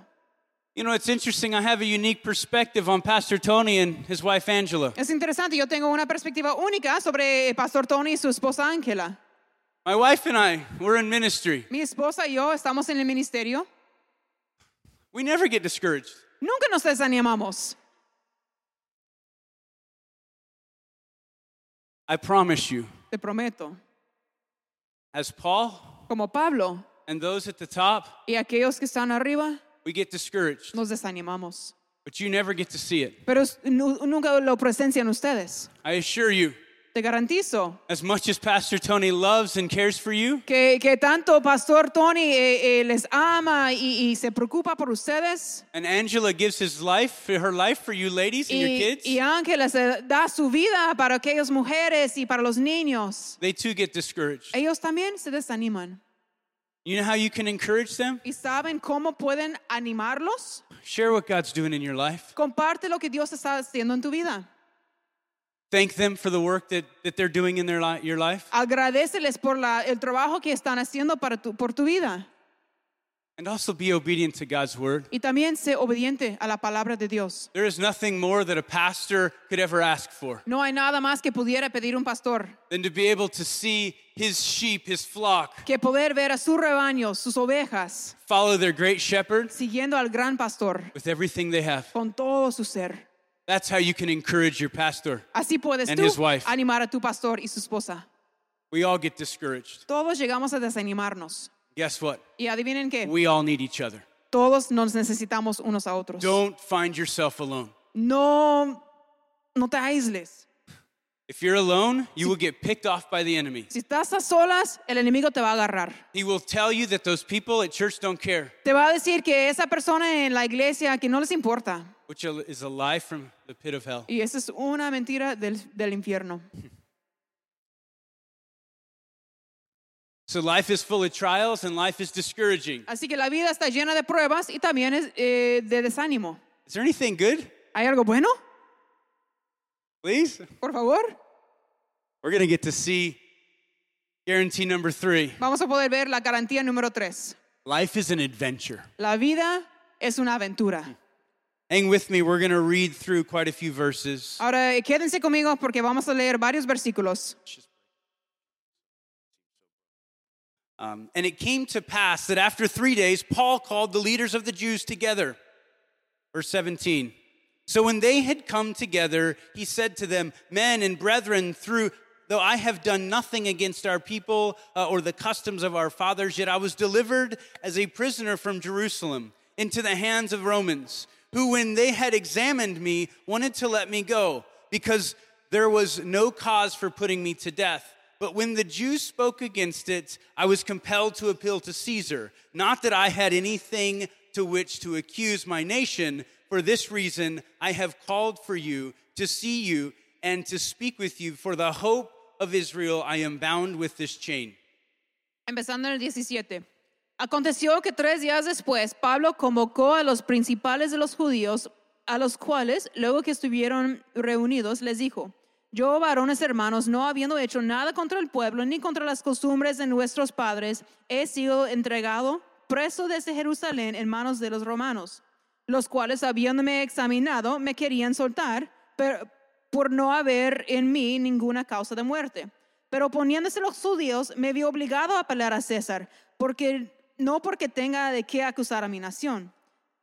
S2: You know, it's interesting. I have a unique perspective on Pastor Tony and his wife Angela.
S3: Es interesante, yo tengo una perspectiva única sobre Pastor Tony y su esposa Ángela.
S2: My wife and I, we're in ministry.
S3: Mi esposa y yo estamos en el ministerio.
S2: We never get discouraged.
S3: Nunca nos desanimamos.
S2: I promise you,
S3: Te prometo.
S2: as Paul
S3: Como Pablo
S2: and those at the top,
S3: y aquellos que están arriba,
S2: we get discouraged,
S3: nos desanimamos.
S2: but you never get to see it.
S3: Pero es- nu- nunca lo presencian ustedes.
S2: I assure you,
S3: Te garantizo
S2: as much as Pastor Tony loves and cares for you,
S3: que, que tanto Pastor Tony eh, eh, les ama y, y se preocupa por ustedes.
S2: And Angela gives his life for her life for you ladies and your
S3: Y,
S2: kids.
S3: y Ángela se da su vida para aquellas mujeres y para los niños.
S2: They too get discouraged.
S3: Ellos también se desaniman.
S2: You know how you can encourage them?
S3: ¿Y saben cómo pueden animarlos?
S2: Share what God's doing in your life.
S3: Comparte lo que Dios está haciendo en tu vida.
S2: Thank them for the work that, that they're doing in their li- your life.
S3: Agradeceles por la- el trabajo que están haciendo para tu, por tu vida.
S2: And also be obedient to God's word.
S3: Y también sé obediente a la palabra de Dios.
S2: There is nothing more that a pastor could ever ask for
S3: No hay nada más que pudiera pedir un pastor
S2: than to be able to see his sheep, his flock,
S3: que poder ver a su rebaño, sus ovejas,
S2: follow their great shepherd
S3: siguiendo al gran pastor
S2: with everything they have.
S3: con todo su ser.
S2: That's how you can encourage your pastor.
S3: Así puedes
S2: And
S3: tú
S2: his wife.
S3: animar a tu pastor y su esposa.
S2: We all get discouraged.
S3: Todos llegamos a desanimarnos.
S2: Guess what?
S3: Y adivinen qué,
S2: We all need each other.
S3: todos nos necesitamos unos a otros.
S2: Don't find yourself alone.
S3: No, no te aísles.
S2: If you're alone, you will get picked off by the enemy.
S3: Si estás a solas, el enemigo te va a agarrar.
S2: He will tell you that those people at church don't care,
S3: Te va a decir que esa persona en la iglesia que no les importa.
S2: which is a lie from the pit of hell.
S3: Y esa es una mentira del, del infierno.
S2: So life is full of trials and life is discouraging.
S3: Así que la vida está llena de pruebas y también es, eh, de desánimo.
S2: Is there anything good?
S3: ¿Hay algo bueno?
S2: Please?
S3: Por favor.
S2: We're going to get to see guarantee number three
S3: Vamos a poder ver la garantía número tres.
S2: life is an adventure.
S3: La vida es una aventura.
S2: Hang with me. We're going to read through quite a few verses.
S3: Ahora eh, quédense conmigo porque vamos a leer varios versículos.
S2: Um, and it came to pass that after three days, Paul called the leaders of the Jews together. Verse 17. So when they had come together, he said to them, Men and brethren, through though I have done nothing against our people uh, or the customs of our fathers, yet I was delivered as a prisoner from Jerusalem into the hands of Romans, who, when they had examined me, wanted to let me go, because there was no cause for putting me to death. But when the Jews spoke against it, I was compelled to appeal to Caesar. Not that I had anything to which to accuse my nation. For this reason, I have called for you to see you and to speak with you. For the hope of Israel, I am bound with this chain.
S3: Empezando en el 17. Aconteció que tres días después Pablo convocó a los principales de los judíos, a los cuales, luego que estuvieron reunidos, les dijo, yo, varones hermanos, no habiendo hecho nada contra el pueblo ni contra las costumbres de nuestros padres, he sido entregado preso desde Jerusalén en manos de los romanos, los cuales, habiéndome examinado, me querían soltar, pero por no haber en mí ninguna causa de muerte. Pero poniéndose los judíos, me vi obligado a apelar a César, porque no porque tenga de qué acusar a mi nación.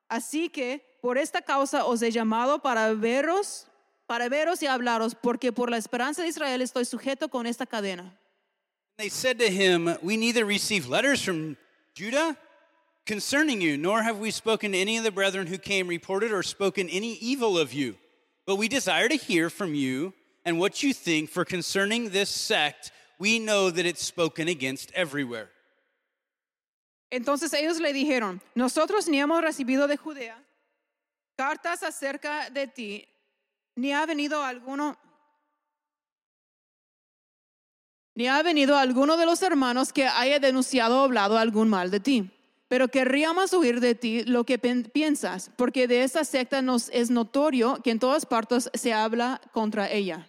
S3: Así que por esta causa os he llamado para veros, para veros y hablaros, porque por la esperanza de Israel estoy sujeto con esta cadena.
S2: They said to him, We neither receive letters from Judah concerning you, nor have we spoken to any of the brethren who came, reported or spoken any evil of you. But we desire to hear from you and what you think, for concerning this sect, we know that it's spoken against everywhere.
S3: Entonces ellos le dijeron, nosotros ni hemos recibido de Judea cartas acerca de ti, ni ha venido alguno, ni ha venido alguno de los hermanos que haya denunciado o hablado algún mal de ti. Pero querríamos oír de ti lo que pen- piensas, porque de esta secta nos es notorio que en todas partes se habla contra ella.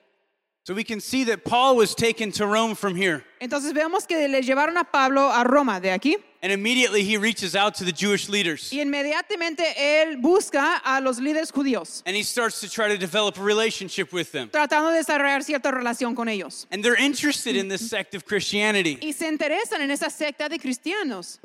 S2: So we can see that Paul was taken to Rome from here,
S3: Entonces vemos que le llevaron a Pablo a Roma de aquí.
S2: and immediately he reaches out to the Jewish leaders
S3: Y inmediatamente él busca a los líderes judíos,
S2: and he starts to try to develop a relationship with them.
S3: tratando de desarrollar cierta relación con ellos.
S2: And they're interested in this sect of Christianity.
S3: Y se interesan en esa secta de cristianos.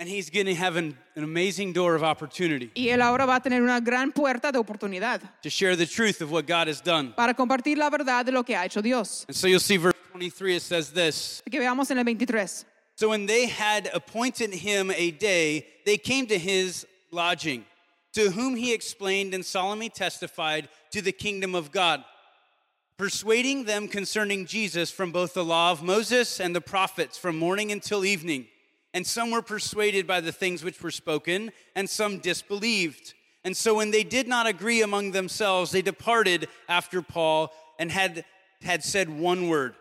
S2: And he's going to have an, an amazing door of opportunity
S3: Y él ahora va a tener una gran puerta de oportunidad
S2: to share the truth of what God has done.
S3: para compartir la verdad de lo que ha hecho Dios.
S2: And so you'll see verse 23, it says this
S3: Que veamos en el 23.
S2: So when they had appointed him a day, they came to his lodging, to whom he explained and solemnly testified to the kingdom of God, persuading them concerning Jesus from both the law of Moses and the prophets from morning until evening. And some were persuaded by the things which were spoken, and some disbelieved. And so when they did not agree among themselves, they departed after Paul and had, had said one word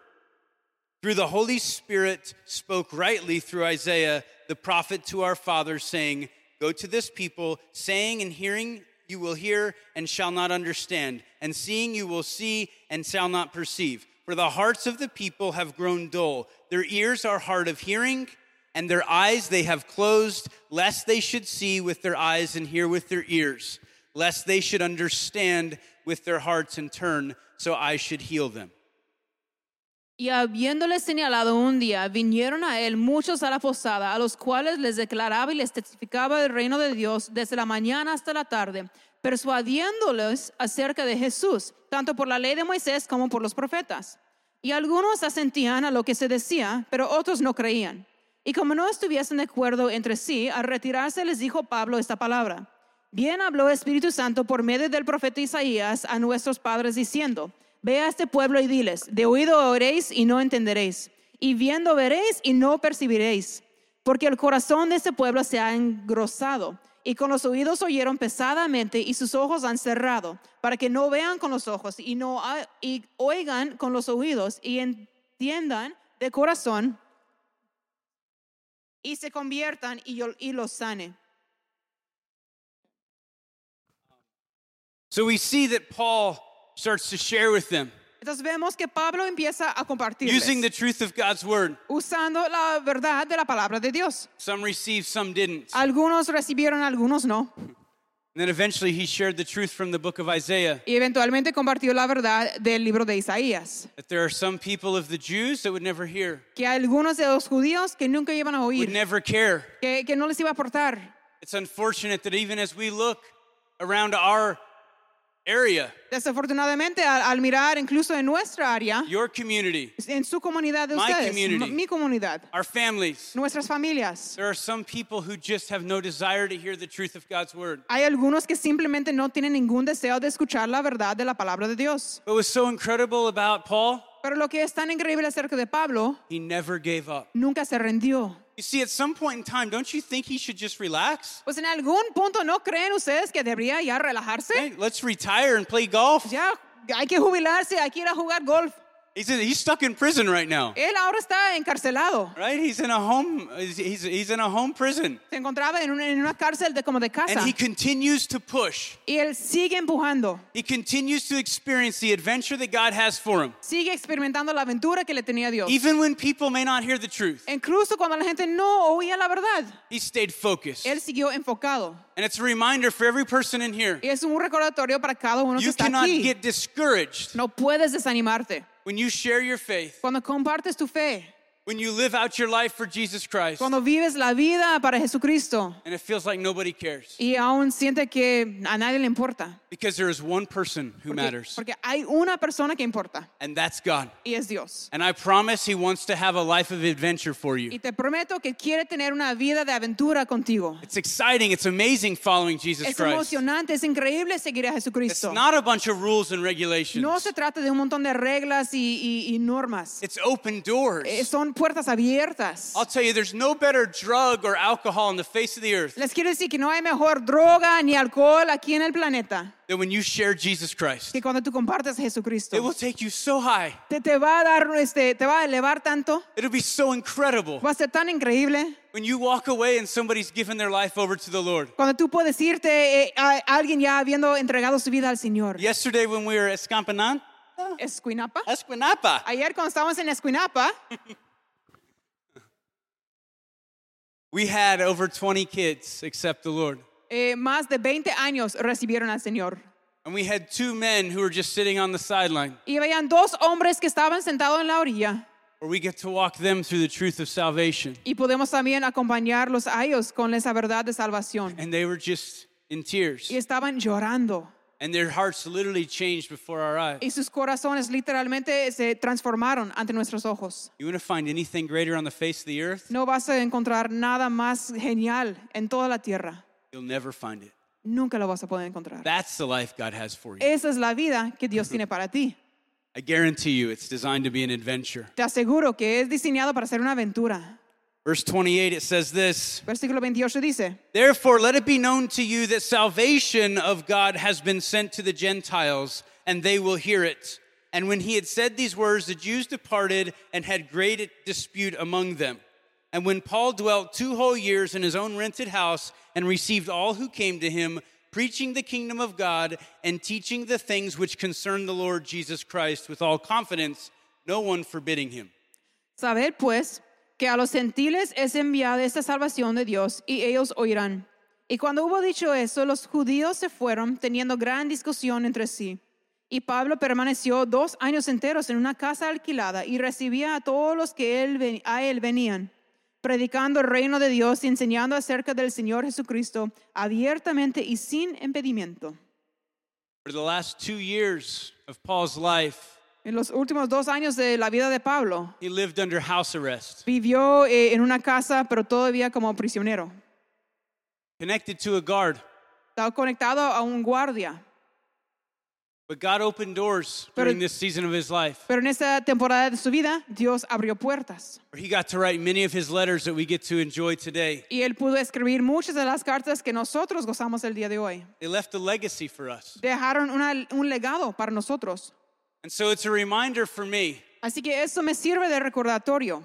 S2: through the Holy Spirit spoke rightly through Isaiah the prophet to our fathers, saying, Go to this people, saying and hearing you will hear and shall not understand, and seeing you will see and shall not perceive. For the hearts of the people have grown dull, their ears are hard of hearing, and their eyes they have closed, lest they should see with their eyes and hear with their ears, lest they should understand with their hearts and turn, so I should heal them.
S3: Y habiéndole señalado un día, vinieron a él muchos a la posada, a los cuales les declaraba y les testificaba el reino de Dios desde la mañana hasta la tarde, persuadiéndoles acerca de Jesús, tanto por la ley de Moisés como por los profetas. Y algunos asentían a lo que se decía, pero otros no creían. Y como no estuviesen de acuerdo entre sí, al retirarse les dijo Pablo esta palabra. Bien habló Espíritu Santo por medio del profeta Isaías a nuestros padres diciendo, Ve a este pueblo y diles, de oído oréis y no entenderéis, y viendo veréis y no percibiréis, porque el corazón de este pueblo se ha engrosado, y con los oídos oyeron pesadamente y sus ojos han cerrado, para que no vean con los ojos y no ha- y oigan con los oídos y entiendan de corazón y se conviertan y, yo- y los sane.
S2: So we see that Paul starts to share with them
S3: Entonces vemos que Pablo empieza a compartir
S2: using the truth of God's word.
S3: usando la verdad de la palabra de Dios.
S2: Some received, some didn't. And
S3: Algunos recibieron, algunos no.
S2: then eventually he shared the truth from the book of Isaiah
S3: Y eventualmente compartió la verdad del libro de Isaías,
S2: that there are some people of the Jews that would never hear,
S3: que algunos de los judíos que nunca iban a
S2: would
S3: oír,
S2: never care.
S3: que, que no les iba a aportar.
S2: It's unfortunate that even as we look around our area,
S3: Desafortunadamente, al, al mirar incluso en nuestra área,
S2: your community,
S3: en su comunidad de
S2: My
S3: ustedes,
S2: community.
S3: m- mi comunidad,
S2: our families,
S3: nuestras familias,
S2: there are some people who just have no desire to hear the truth of God's word.
S3: hay algunos que simplemente no tienen ningún deseo de escuchar la verdad de la palabra de Dios.
S2: What was so incredible about Paul,
S3: Pero lo que es tan increíble acerca de Pablo,
S2: he never gave up.
S3: nunca se rindió.
S2: You see, at some point in time, don't you think he should just relax?
S3: Pues en algún punto, ¿no creen ustedes que debería ya relajarse?
S2: Hey, let's retire and play golf.
S3: Ya hay que jubilarse, hay que ir a jugar golf.
S2: He's, in, he's stuck in prison right now,
S3: Él ahora está encarcelado.
S2: right? He's in a home. He's, he's, he's in a home prison,
S3: Se encontraba en una, en una cárcel de como de
S2: and
S3: casa.
S2: he continues to push.
S3: Y él sigue empujando,
S2: He continues to experience the adventure that God has for him,
S3: sigue experimentando la aventura que le tenía Dios.
S2: even when people may not hear the truth.
S3: Incluso cuando la gente no oía la verdad,
S2: He stayed focused,
S3: él
S2: and
S3: siguió enfocado.
S2: it's a reminder for every person in here:
S3: Y es un recordatorio para cada uno que
S2: you
S3: está
S2: cannot
S3: aquí.
S2: get discouraged
S3: No puedes desanimarte.
S2: when you share your faith,
S3: Cuando compartes tu fe,
S2: when you live out your life for Jesus Christ,
S3: cuando vives la vida para Jesucristo
S2: and it feels like nobody cares.
S3: y aún siente que a nadie le importa.
S2: Because there is one person who
S3: Porque,
S2: matters,
S3: porque hay una persona que importa
S2: and that's God.
S3: y es Dios.
S2: And I promise He wants to have a life of adventure for
S3: Y
S2: you.
S3: te prometo que quiere tener una vida de aventura contigo.
S2: It's exciting, it's amazing following Jesus
S3: Es
S2: Christ.
S3: emocionante, es increíble seguir a
S2: It's
S3: Jesucristo.
S2: not a bunch of rules and regulations,
S3: No se trata de un montón de reglas y, y- y normas.
S2: it's open
S3: Eh,
S2: doors.
S3: Son puertas abiertas.
S2: I'll tell you, there's no better drug or alcohol on the face of the earth
S3: Les quiero decir que no hay mejor droga ni alcohol aquí en el planeta
S2: than when you share Jesus Christ.
S3: que cuando tú compartes a Jesucristo.
S2: It will take you so high,
S3: Te, te va a dar, este, te va a elevar tanto,
S2: it'll be so incredible
S3: va a ser tan increíble.
S2: when you walk away and somebody's given their life over to the Lord.
S3: Cuando tú puedes irte eh, a alguien ya habiendo entregado su vida al Señor.
S2: Yesterday, when we were at Escampanan,
S3: Escuinapa.
S2: Esquinapa,
S3: Ayer cuando estábamos en Escuinapa,
S2: we had over 20 kids accept the Lord.
S3: eh, más de 20 años recibieron al Señor.
S2: And we had two men who were just sitting on the sideline,
S3: Y veían dos hombres que estaban sentados en la orilla.
S2: where we get to walk them through the truth of salvation.
S3: Y podemos también acompañarlos a ellos con esa verdad de salvación.
S2: And they were just in tears.
S3: Y estaban llorando.
S2: And their hearts literally changed before our eyes.
S3: Y sus corazones literalmente se transformaron ante nuestros ojos.
S2: You want to find anything greater on the face of the earth?
S3: No vas a encontrar nada más genial en toda la tierra.
S2: You'll never find it.
S3: Nunca lo vas a poder encontrar.
S2: That's the life God has for you.
S3: Esa es la vida que Dios tiene para ti.
S2: I guarantee you it's designed to be an adventure.
S3: Te aseguro que es diseñado para ser una aventura.
S2: Verse 28, it says this
S3: Versículo 28 dice,
S2: Therefore, let it be known to you that salvation of God has been sent to the Gentiles, and they will hear it. And when he had said these words, the Jews departed and had great dispute among them. And when Paul dwelt two whole years in his own rented house and received all who came to him, preaching the kingdom of God and teaching the things which concern the Lord Jesus Christ with all confidence, no one forbidding him.
S3: Sabed pues que a los gentiles es enviada esta salvación de Dios, y ellos oirán. Y cuando hubo dicho eso, los judíos se fueron teniendo gran discusión entre sí. Y Pablo permaneció dos años enteros en una casa alquilada y recibía a todos los que él ve- a él venían, predicando el reino de Dios y enseñando acerca del Señor Jesucristo abiertamente y sin impedimento.
S2: For the last two years of Paul's life,
S3: En los últimos dos años de la vida de Pablo,
S2: he lived under house arrest,
S3: vivió eh, en una casa, pero todavía como prisionero.
S2: connected to a guard.
S3: Estaba conectado a un guardia.
S2: But God opened doors
S3: Pero-
S2: during this season of his life.
S3: Pero en esta temporada de su vida, Dios abrió puertas.
S2: He got to write many of his letters that we get to enjoy today.
S3: Y él pudo escribir muchas de las cartas que nosotros gozamos el día de hoy.
S2: They left a legacy for us.
S3: Dejaron una- un legado para nosotros.
S2: And so it's a reminder for me
S3: Así que eso me sirve de recordatorio.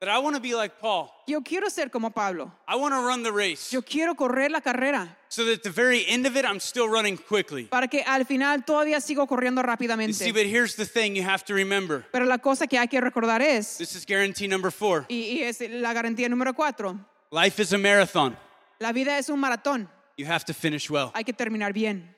S2: that I want to be like Paul.
S3: Yo quiero ser como Pablo.
S2: I want to run the race
S3: Yo quiero correr la carrera
S2: so that at the very end of it, I'm still running quickly.
S3: para que al final todavía sigo corriendo
S2: You see,
S3: rápidamente.
S2: but here's the thing you have to remember
S3: Pero la cosa que hay que recordar es,
S2: this is guarantee number four
S3: y, y es la garantía número cuatro,
S2: life is a marathon.
S3: la vida es un maratón.
S2: You have to finish well.
S3: Hay que terminar bien.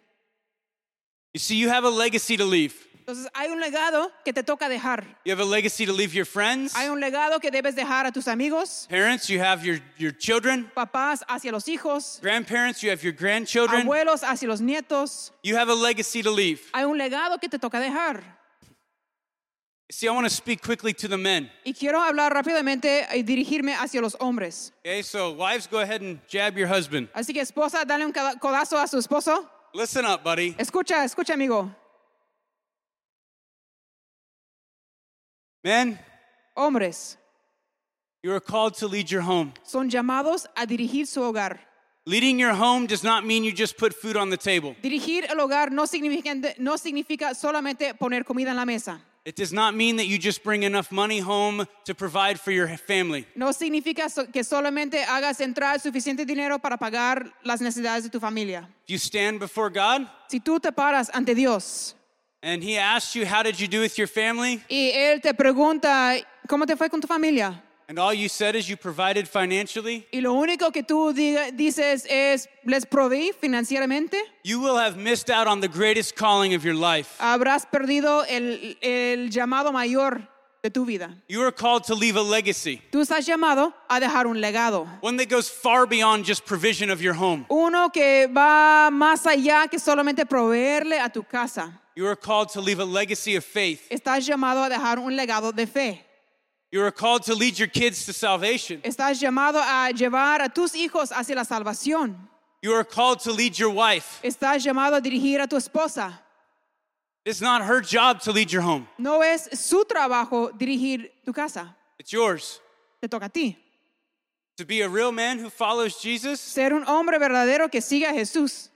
S2: You see, you have a legacy to leave.
S3: Entonces hay un legado que te toca dejar.
S2: You have a legacy to leave your friends,
S3: Hay un legado que debes dejar a tus amigos,
S2: parents, you have your, your children,
S3: papás hacia los hijos,
S2: grandparents, you have your grandchildren.
S3: abuelos hacia los nietos.
S2: You have a legacy to leave.
S3: Hay un legado que te toca dejar.
S2: See, I want to speak quickly to the men.
S3: Y quiero hablar rápidamente y dirigirme hacia los hombres.
S2: Okay, so wives, go ahead and jab your husband.
S3: Así que esposa, dale un cada- codazo a su esposo.
S2: Listen up, buddy.
S3: Escucha, escucha, amigo.
S2: Men,
S3: Hombres
S2: you are called to lead your home.
S3: son llamados a dirigir su hogar.
S2: Leading your home does not mean you just put food on the table.
S3: Dirigir el hogar no significa, no significa solamente poner comida en la mesa.
S2: It does not mean that you just bring enough money home to provide for your family.
S3: No significa so- que solamente hagas entrar suficiente dinero para pagar las necesidades de tu familia.
S2: If you stand before God
S3: Si tú te paras ante Dios
S2: and He asks you, How did you do with your family?
S3: y Él te pregunta, ¿cómo te fue con tu familia?
S2: And all you said is you provided financially,
S3: Y lo único que tú diga- dices es, les proveí financieramente,
S2: you will have missed out on the greatest calling of your life.
S3: habrás perdido el, el llamado mayor de tu vida.
S2: You are called to leave a legacy.
S3: Tú estás llamado a dejar un legado.
S2: One that goes far beyond just provision of your home.
S3: Uno que va más allá que solamente proveerle a tu casa.
S2: You are called to leave a legacy of faith.
S3: Estás llamado a dejar un legado de fe.
S2: You are called to lead your kids to salvation.
S3: Estás llamado a llevar a tus hijos hacia la salvación.
S2: You are called to lead your wife.
S3: Estás llamado a dirigir a tu esposa.
S2: It's not her job to lead your home,
S3: No es su trabajo dirigir tu casa.
S2: it's yours.
S3: Te toca a ti.
S2: To be a real man who follows Jesus,
S3: Ser un hombre verdadero que siga a Jesús.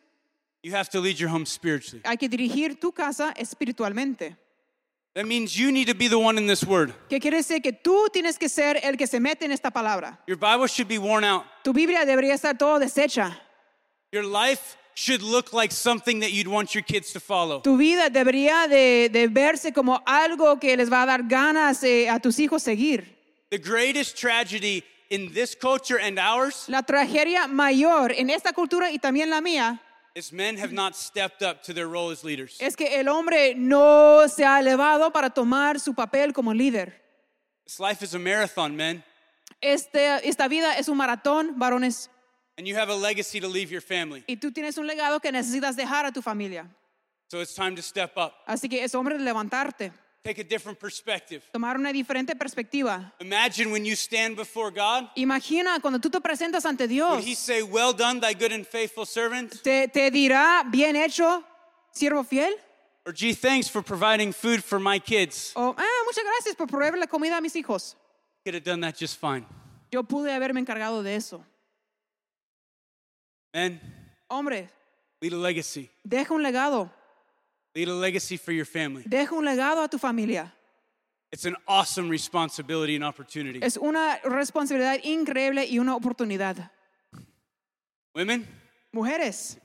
S2: you have to lead your home spiritually.
S3: Hay que dirigir tu casa espiritualmente.
S2: That means you need to be the one in this word.
S3: ¿Qué quiere decir? Que tú tienes que ser el que se mete en esta palabra.
S2: Your Bible should be worn out.
S3: Tu Biblia debería estar todo deshecha.
S2: Your life should look like something that you'd want your kids to follow.
S3: Tu vida debería de, de verse como algo que les va a dar ganas eh, a tus hijos seguir.
S2: The greatest tragedy in this culture and ours
S3: La tragedia mayor en esta cultura y también la mía
S2: is men have not stepped up to their role as leaders.
S3: es que el hombre no se ha elevado para tomar su papel como líder.
S2: This life is a marathon, men.
S3: Este, esta vida es un maratón, varones,
S2: and you have a legacy to leave your family.
S3: y tú tienes un legado que necesitas dejar a tu familia.
S2: So it's time to step up,
S3: Así que es hombre de levantarte,
S2: take a different perspective.
S3: tomar una diferente perspectiva.
S2: Imagine when you stand before God,
S3: Imagina cuando tú te presentas ante
S2: would He
S3: Dios,
S2: say, Well done, thy good and faithful servant?
S3: te, te dirá, bien hecho, siervo fiel,
S2: Or, gee, thanks for providing food for my kids.
S3: o, ah, muchas gracias por proveer la comida a mis hijos.
S2: Could have done that just fine.
S3: Yo pude haberme encargado de eso.
S2: Men,
S3: Hombre,
S2: lead a legacy.
S3: deja un legado,
S2: Lead a legacy for your family.
S3: deja un legado a tu familia.
S2: It's an awesome responsibility and opportunity.
S3: Es una responsabilidad increíble y una oportunidad.
S2: Women,
S3: Mujeres,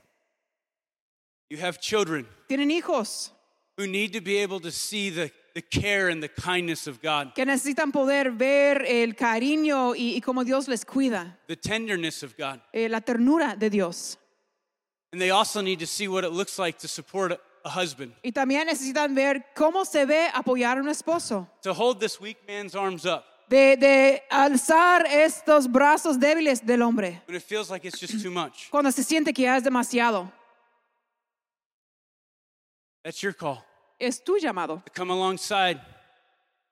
S2: you have children
S3: tienen hijos,
S2: who need to be able to see the the care and the kindness of God,
S3: que necesitan poder ver el cariño y, y cómo Dios les cuida,
S2: the tenderness of God.
S3: eh, la ternura de Dios.
S2: And they also need to see what it looks like to support a- a husband,
S3: Y también necesitan ver cómo se ve apoyar a un esposo,
S2: to hold this weak man's arms up
S3: de, de alzar estos brazos débiles del hombre
S2: when it feels like it's just too much.
S3: cuando se siente que ya es demasiado.
S2: That's your call.
S3: Es tu llamado
S2: To come alongside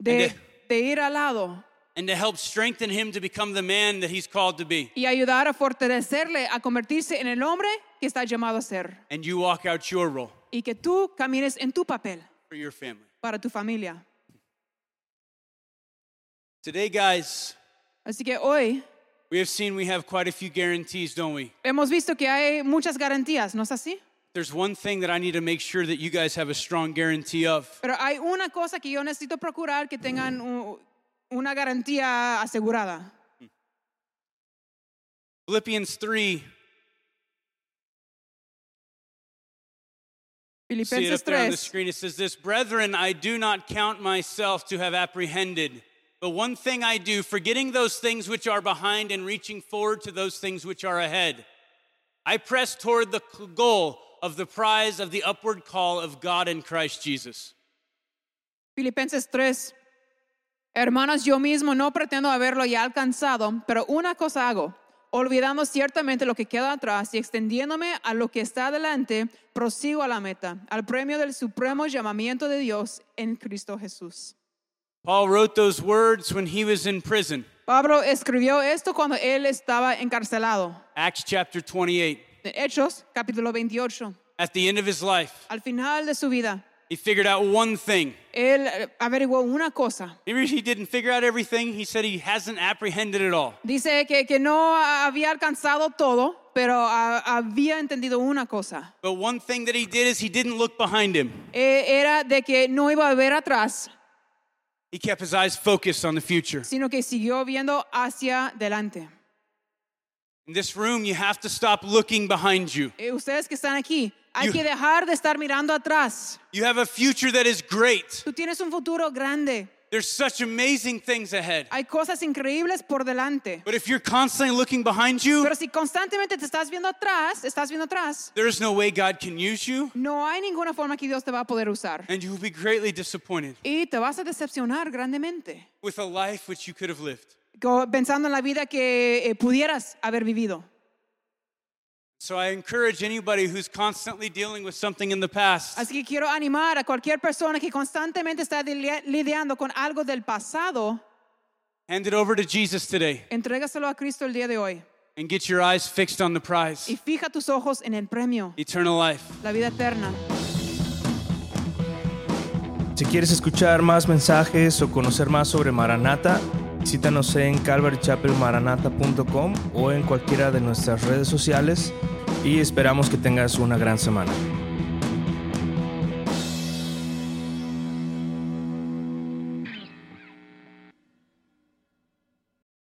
S3: de,
S2: Ande.
S3: de ir al lado
S2: and to help strengthen him to become the man that he's called to be.
S3: y ayudar a fortalecerle, a convertirse en el hombre que está llamado a ser.
S2: And you walk out your role
S3: Y que tú camines en tu papel
S2: for your family.
S3: para tu familia.
S2: Today, guys,
S3: Así que hoy
S2: we have seen we have quite a few guarantees, don't we?
S3: hemos visto que hay muchas garantías, ¿no es así?
S2: There's one thing that I need to make sure that you guys have a strong guarantee of.
S3: Pero hay una cosa que yo necesito procurar que tengan u- una garantía asegurada.
S2: Philippians 3, see it
S3: Filipenses
S2: up there on the
S3: 3.
S2: screen. It says this Brethren, I do not count myself to have apprehended. But one thing I do, forgetting those things which are behind and reaching forward to those things which are ahead, I press toward the c- goal of the prize of the upward call of God in Christ Jesus.
S3: Filipenses 3. Hermanos, yo mismo no pretendo haberlo ya alcanzado, pero una cosa hago, olvidando ciertamente lo que queda atrás y extendiéndome a lo que está adelante, prosigo a la meta, al premio del supremo llamamiento de Dios en Cristo Jesús.
S2: Paul wrote those words when he was in prison,
S3: Pablo escribió esto cuando él estaba encarcelado.
S2: Acts chapter 28.
S3: En Hechos, capítulo 28,
S2: At the end of his life,
S3: al final de su vida,
S2: he figured out one thing.
S3: él eh, averiguó una cosa.
S2: Maybe he didn't figure out everything. He said he hasn't apprehended it all.
S3: Dice que, que no había alcanzado todo, pero ah, había entendido una cosa.
S2: But one thing that he did is he didn't look behind him.
S3: Eh, era de que no iba a ver atrás,
S2: He kept his eyes focused on the future.
S3: sino que siguió viendo hacia adelante.
S2: In this room, you have to stop looking behind you.
S3: Eh, ustedes que están aquí, hay
S2: You-
S3: que dejar de estar mirando atrás.
S2: You have a future that is great.
S3: Tú tienes un futuro grande.
S2: There's such amazing things ahead.
S3: Hay cosas increíbles por delante.
S2: But if you're constantly looking behind you,
S3: Pero si constantemente te estás viendo atrás, estás viendo atrás,
S2: there is no way God can use you,
S3: no hay ninguna forma que Dios te va a poder usar.
S2: and you will be greatly disappointed
S3: Y te vas a decepcionar grandemente,
S2: with a life which you could have lived.
S3: co- pensando en la vida que eh, pudieras haber vivido.
S2: So I encourage anybody who's constantly dealing with something in the past
S3: Así que quiero animar a cualquier persona que constantemente está dili- lidiando con algo del pasado,
S2: Hand it over to Jesus today
S3: entrégaselo a Cristo el día de hoy
S2: and get your eyes fixed on the prize
S3: y fija tus ojos en el premio,
S2: eternal life.
S3: la vida eterna.
S1: Si quieres escuchar más mensajes o conocer más sobre Maranata, visítanos en calvarychapelmaranata.com o en cualquiera de nuestras redes sociales y esperamos que tengas una gran semana.